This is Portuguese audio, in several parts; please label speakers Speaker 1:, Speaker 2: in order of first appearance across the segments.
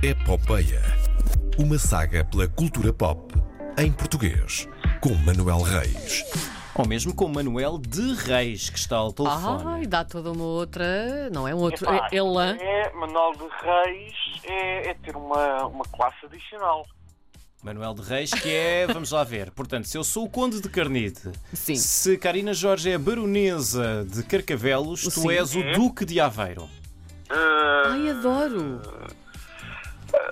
Speaker 1: Epopeia. É Uma saga pela cultura pop em português, com Manuel Reis.
Speaker 2: Ou mesmo com Manuel de Reis, que está ao telefone.
Speaker 3: Ai, dá toda uma outra. Não é um outro.
Speaker 4: Epá,
Speaker 3: é- Elan.
Speaker 4: É, Manuel de Reis é, é ter uma, uma classe adicional.
Speaker 2: Manuel de Reis, que é, vamos lá ver. Portanto, se eu sou o Conde de Carnide,
Speaker 3: Sim.
Speaker 2: se Karina Jorge é a Baronesa de Carcavelos, tu
Speaker 3: Sim.
Speaker 2: és
Speaker 4: É.
Speaker 2: o Duque de Aveiro.
Speaker 4: Ah,
Speaker 3: Ai, adoro.
Speaker 2: é.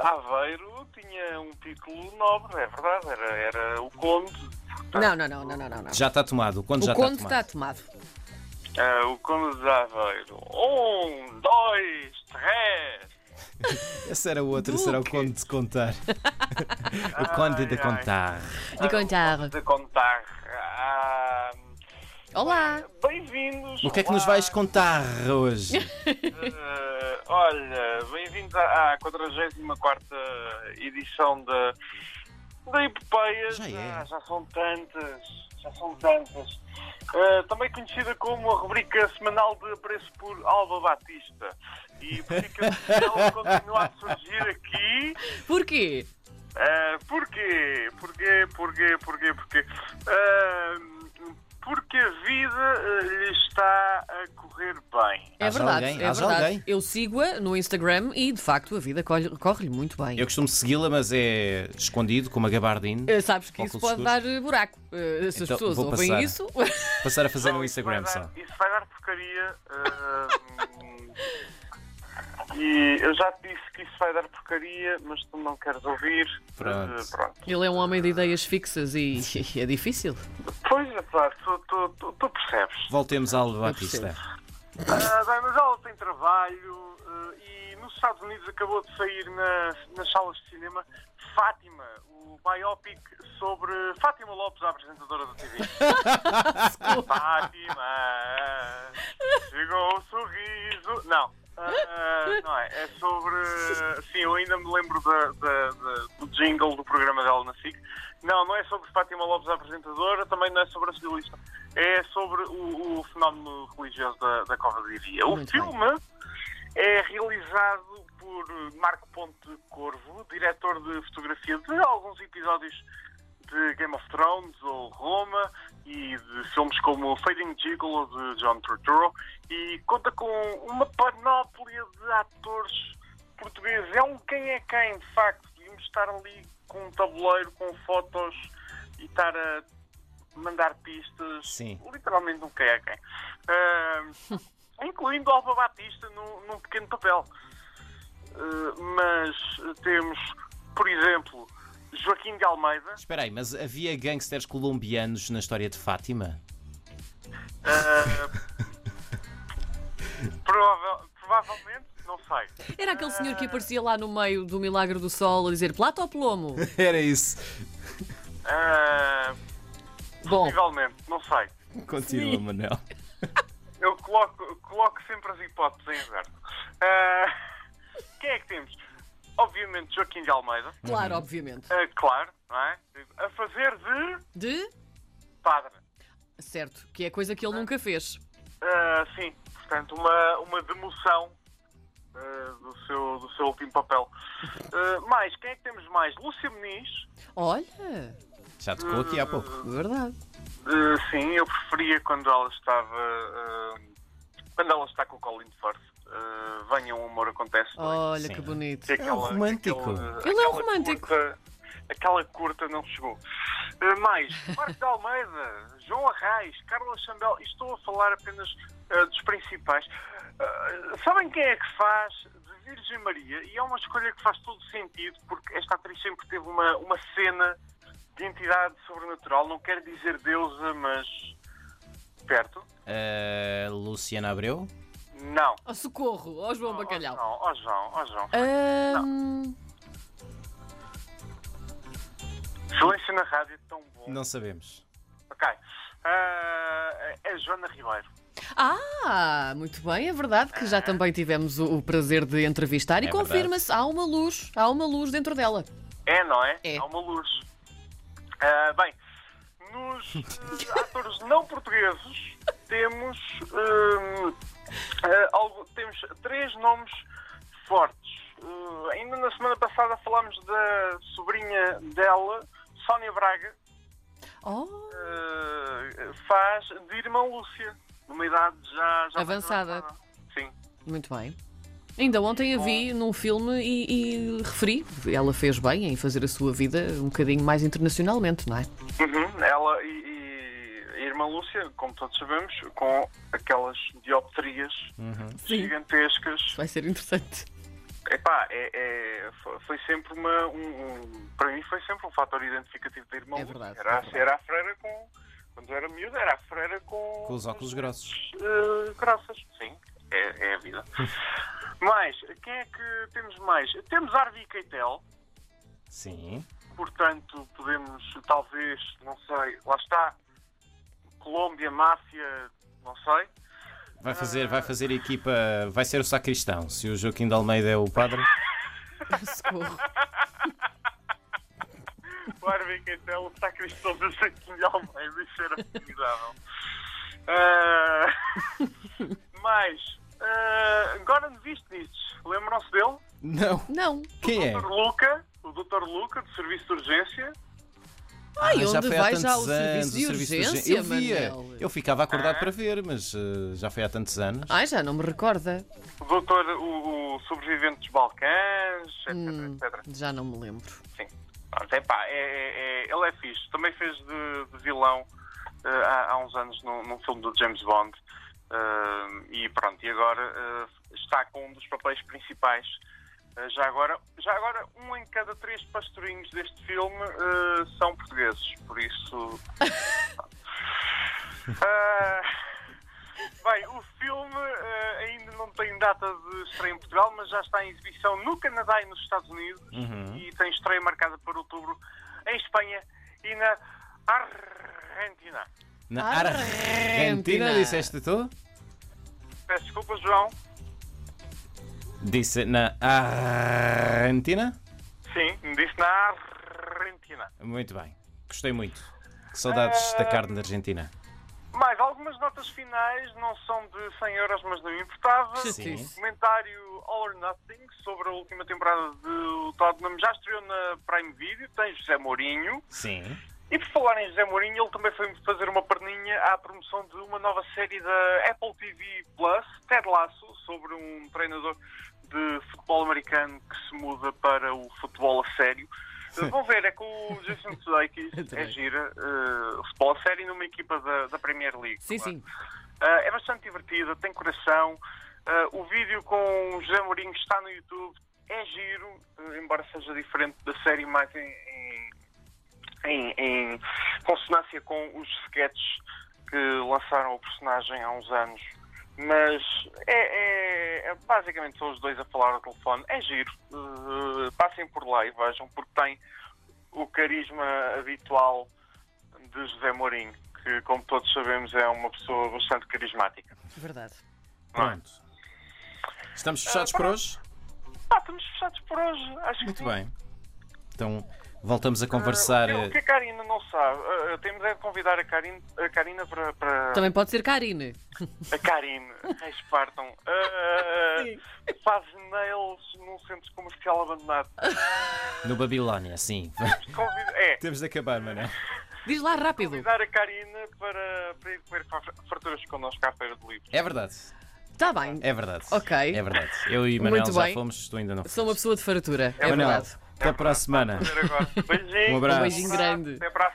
Speaker 4: Aveiro tinha um título nobre, é verdade, era, era o conde.
Speaker 3: Não, não, não, não, não, não. não.
Speaker 2: Já está tomado, o Conde já
Speaker 3: O conto
Speaker 2: está
Speaker 3: está
Speaker 2: tomado.
Speaker 3: tomado.
Speaker 4: Ah, o conde de Aveiro. Um, dois, três.
Speaker 2: Esse era o outro, esse era o
Speaker 3: Duque.
Speaker 2: Conde de Contar. o Conde de
Speaker 4: Ai, ai.
Speaker 2: Contar.
Speaker 3: De contar.
Speaker 4: De contar. Ah,
Speaker 3: Olá.
Speaker 4: Bem-vindos.
Speaker 2: Ah. O que é que
Speaker 4: Olá.
Speaker 2: nos vais contar hoje?
Speaker 4: Eh, olha, bem-vindos à à 44 edição da, da Epopeia.
Speaker 2: Já é.
Speaker 4: já são tantas, já são tantas. Eh, também conhecida como a rubrica semanal de apreço por Alba Batista. E porque ela continua a surgir aqui.
Speaker 3: Porquê?
Speaker 4: Eh, porquê? Porquê? Porquê? Porquê? Porquê? Ah, porque a vida eh, lhe está a correr bem.
Speaker 3: É
Speaker 2: Haja
Speaker 3: verdade,
Speaker 2: alguém,
Speaker 3: é
Speaker 2: haja
Speaker 3: verdade.
Speaker 2: alguém.
Speaker 3: Eu sigo-a no Instagram e, de facto, a vida colhe- corre-lhe muito bem.
Speaker 2: Eu costumo segui-la, mas é escondido, como a gabardine.
Speaker 3: Eh, Sabes que
Speaker 2: Óculos
Speaker 3: isso pode
Speaker 2: escuros.
Speaker 3: dar eh, buraco. Eh, se as
Speaker 2: Então,
Speaker 3: pessoas
Speaker 2: vou
Speaker 3: ouvem
Speaker 2: passar.
Speaker 3: isso.
Speaker 2: Passar a fazer
Speaker 4: Não,
Speaker 2: no
Speaker 4: isso
Speaker 2: Instagram
Speaker 4: vai
Speaker 2: só.
Speaker 4: dar- Isso vai dar porcaria. ah, e eu já te disse que isso vai dar porcaria, mas tu não queres ouvir.
Speaker 2: Pronto.
Speaker 4: ah, pronto.
Speaker 3: Ele é um homem de ideias fixas e é difícil.
Speaker 4: Pois é, pá, tu, tu, tu, tu percebes.
Speaker 2: Voltemos à Alba
Speaker 3: Eu
Speaker 2: Batista.
Speaker 4: Ah, bem, mas ela tem trabalho ah, e nos Estados Unidos acabou de sair na, nas salas de cinema Fátima, o biopic sobre Fátima Lopes, a apresentadora da TV. Fátima, é. chegou o sorriso. Não, ah, ah, não é. É sobre. Sim, eu ainda me lembro da- da- da- do jingle do programa dela na SIC. Não, não é sobre Fátima Lopes, a apresentadora, também não é sobre a civilista. É sobre o, o fenómeno religioso da, da Cova de Iria. O
Speaker 3: Muito bem.
Speaker 4: filme é realizado por eh, Marco Ponte Corvo, diretor de fotografia de alguns episódios de Game of Thrones ou Roma e de filmes como Fading Gigolo de John Turturro e conta com uma panóplia de atores portugueses. É um quem é quem, de facto. Devíamos estar ali com um tabuleiro, com fotos e estar a mandar pistas.
Speaker 2: Sim.
Speaker 4: Literalmente um quem é quem. Ah, incluindo Alba Batista num, num pequeno papel. Uh, mas uh, temos, por exemplo, Joaquim de Almeida.
Speaker 2: Espera aí, mas havia gangsters colombianos na história de Fátima?
Speaker 4: eh, uh, prova- provavelmente, não sei.
Speaker 3: Era aquele senhor que aparecia lá no meio do Milagre do Sol a dizer plata ou plomo?
Speaker 2: Era isso.
Speaker 4: Uh,
Speaker 3: Bom,
Speaker 4: possivelmente, não sei.
Speaker 2: Continua,
Speaker 3: Sim.
Speaker 2: Manel.
Speaker 4: Eu coloco, coloco sempre as hipóteses em aberto. Uh, quem é que temos? Obviamente, Joaquim de Almeida.
Speaker 3: claro, obviamente.
Speaker 4: Uh, claro, não é? A fazer de
Speaker 3: De
Speaker 4: padre.
Speaker 3: certo, que é coisa que ele nunca fez.
Speaker 4: Ah, sim, portanto, uma, uma demoção ah, do, seu, do seu último papel. Ah, mais, quem é que temos mais? Lúcia Meniz.
Speaker 3: Olha,
Speaker 2: Já tocou aqui há pouco.
Speaker 3: verdade.
Speaker 4: Ah, sim, eu preferia quando ela estava. ah, quando ela está com o Colin Firth. Ah, venha um amor acontece. não é?
Speaker 3: Olha
Speaker 2: Sim.
Speaker 3: que bonito.
Speaker 4: Que
Speaker 2: É um romântico.
Speaker 4: aquela-
Speaker 3: Ele é um
Speaker 4: aquela
Speaker 3: romântico.
Speaker 4: curta- aquela curta não chegou. Uh, mais, Marcos de Almeida, João Arraes, Carla Chambel, e estou a falar apenas uh, dos principais. Uh, sabem quem é que faz de Virgem Maria? E é uma escolha que faz todo sentido, porque esta atriz sempre teve uma, uma cena de entidade sobrenatural, não quero dizer deusa, mas perto.
Speaker 2: Ah, Luciana Abreu?
Speaker 4: Não.
Speaker 3: Oh, socorro, ó João Bacalhau.
Speaker 4: Não, ó João, ó João.
Speaker 3: Ahm,
Speaker 4: Silêncio na rádio é tão bom.
Speaker 2: Não sabemos.
Speaker 4: Ok. Ah, é Joana Ribeiro.
Speaker 3: Ah, muito bem, é verdade que já também tivemos o, o prazer de entrevistar e
Speaker 2: É
Speaker 3: confirma-se, há uma luz, há uma luz dentro dela.
Speaker 4: É, não é?
Speaker 3: É.
Speaker 4: Há uma luz. Ah, bem, nos eh, atores não portugueses temos, hum, ah, algo- temos três nomes fortes. Eh, ainda na semana passada falámos da sobrinha dela, Sónia Braga,
Speaker 3: Oh,
Speaker 4: eh, faz de irmã Lúcia, numa idade já, já mais
Speaker 3: Avançada.
Speaker 4: avançada. Sim.
Speaker 3: muito bem. Ainda ontem a vi num filme e, e referi. Ela fez bem em fazer a sua vida um bocadinho mais internacionalmente, não é?
Speaker 4: Uhum, Ela e, e a irmã Lúcia, como todos sabemos, com aquelas dioptrias gigantescas.
Speaker 3: Vai ser interessante.
Speaker 4: Epá, é, é- fo- foi sempre uma. Um, um- para mim foi sempre um fator identificativo da irmã
Speaker 3: É
Speaker 4: Lúcia.
Speaker 3: verdade,
Speaker 4: era,
Speaker 3: é
Speaker 4: a-
Speaker 3: verdade.
Speaker 4: era a freira com. Quando eu era miúda, era a freira com.
Speaker 2: Com os óculos grossos.
Speaker 4: Eh, graças, sim, é, é a vida. mais, quem é que temos mais? Temos Arvi Keitel,
Speaker 2: Sim.
Speaker 4: portanto podemos, talvez, não sei, lá está, Colômbia, máfia, não sei.
Speaker 2: Vai fazer, vai fazer a equipa. Vai ser o sacristão. Se o Joaquim de Almeida é o padre.
Speaker 3: Socorro.
Speaker 4: O Arvi Keitel está cristão de Santinho de Almeida, isso era formidável. Ah, mais, ah, Goran Vistnich, lembram-se dele?
Speaker 2: Não.
Speaker 3: Não.
Speaker 2: Quem é?
Speaker 4: Dr. Luca, o Dr. Luca, do Serviço de Urgência.
Speaker 3: Ai,
Speaker 2: Ah, já
Speaker 3: onde
Speaker 2: foi há
Speaker 3: vai já
Speaker 2: tantos
Speaker 3: o serviço
Speaker 2: anos,
Speaker 3: de
Speaker 2: o serviço
Speaker 3: urgência,
Speaker 2: Eu via,
Speaker 3: Manel?
Speaker 2: eu ficava acordado para ver, mas eh, já foi há tantos anos.
Speaker 3: Ai, já não me recorda.
Speaker 4: o doutor, o, o sobrevivente dos Balcãs, etc, etc.
Speaker 3: Já não me lembro.
Speaker 4: Sim. Pronto, é pá, é, é- é- ele é fixe. Também fez de, de vilão eh, há, há uns anos num, num filme do James Bond. Eh, e pronto, e agora eh, está com um dos papéis principais. Eh, já, agora, já agora, um em cada três pastorinhos deste filme eh, são portugueses, por isso. Ah, Bem, o filme eh, ainda não tem data de estreia em Portugal, mas já está em exibição no Canadá e nos Estados Unidos
Speaker 2: Uhum.
Speaker 4: e tem estreia marcada para outubro em Espanha e na Argentina.
Speaker 2: Na
Speaker 3: Argentina.
Speaker 2: Argentina, disseste tu?
Speaker 4: Peço desculpa, João.
Speaker 2: Disse na Argentina?
Speaker 4: Sim, disse na Argentina.
Speaker 2: Muito bem, gostei muito. Que saudades da carne da Argentina.
Speaker 4: Mais algumas notas finais, não são de 100 euros, mas não importava. Um
Speaker 2: Sim.
Speaker 3: Chatice.
Speaker 4: Comentário All or Nothing sobre a última temporada do Tottenham já estreou na Prime Video, tem José Mourinho.
Speaker 2: Sim.
Speaker 4: E por falar em José Mourinho, ele também foi fazer uma perninha à promoção de uma nova série da Apple TV Plus, Ted Lasso, sobre um treinador de futebol americano que se muda para o futebol a sério. Eh, Vão ver, é com o Jason Sudeikis, é gira, eh, futebol a sério numa equipa da, da Premier League.
Speaker 3: Sim,
Speaker 4: claro.
Speaker 3: sim.
Speaker 4: Ah, é bastante divertida, tem coração. Ah, o vídeo com o José Mourinho está no YouTube, é giro, eh, embora seja diferente da série mais em, em- em- em consonância com os sketches que lançaram o personagem há uns anos. Mas é, é- é- basicamente são os dois a falar ao telefone. É giro. Eh, passem por lá e vejam, porque tem o carisma habitual de José Mourinho, que, como todos sabemos, é uma pessoa bastante carismática.
Speaker 3: Verdade.
Speaker 2: Pronto. Estamos fechados por hoje?
Speaker 4: Ah, estamos fechados por hoje. Acho que
Speaker 2: Muito
Speaker 4: sim.
Speaker 2: bem. Então voltamos a conversar. eh,
Speaker 4: Ah, o que- O que a Karina não sabe? ah, ah, temos é de convidar a Karina, a Karina para, para-
Speaker 3: Também pode ser Karine.
Speaker 4: A Karine, a Espartam. ah, faz nails num centro comercial abandonado.
Speaker 2: eh, no Babilónia, sim.
Speaker 4: Convida, é,
Speaker 2: Temos de acabar, Manuel.
Speaker 3: Diz lá rápido.
Speaker 2: É
Speaker 4: convidar a Karina para, para ir comer fa- farturas connosco à Feira do Livro.
Speaker 2: É verdade.
Speaker 3: Está Tá bem.
Speaker 2: É verdade.
Speaker 3: Ok.
Speaker 2: É verdade. Eu e Manuel
Speaker 3: Muito
Speaker 2: já
Speaker 3: bem.
Speaker 2: fomos, tu ainda não
Speaker 3: Sou uma
Speaker 2: foste.
Speaker 3: pessoa de fartura. É
Speaker 2: Manuel,
Speaker 3: verdade.
Speaker 2: até para a semana.
Speaker 4: Agora, Beijinho.
Speaker 2: Um abraço. Um
Speaker 3: beijinho grande.
Speaker 4: Até para a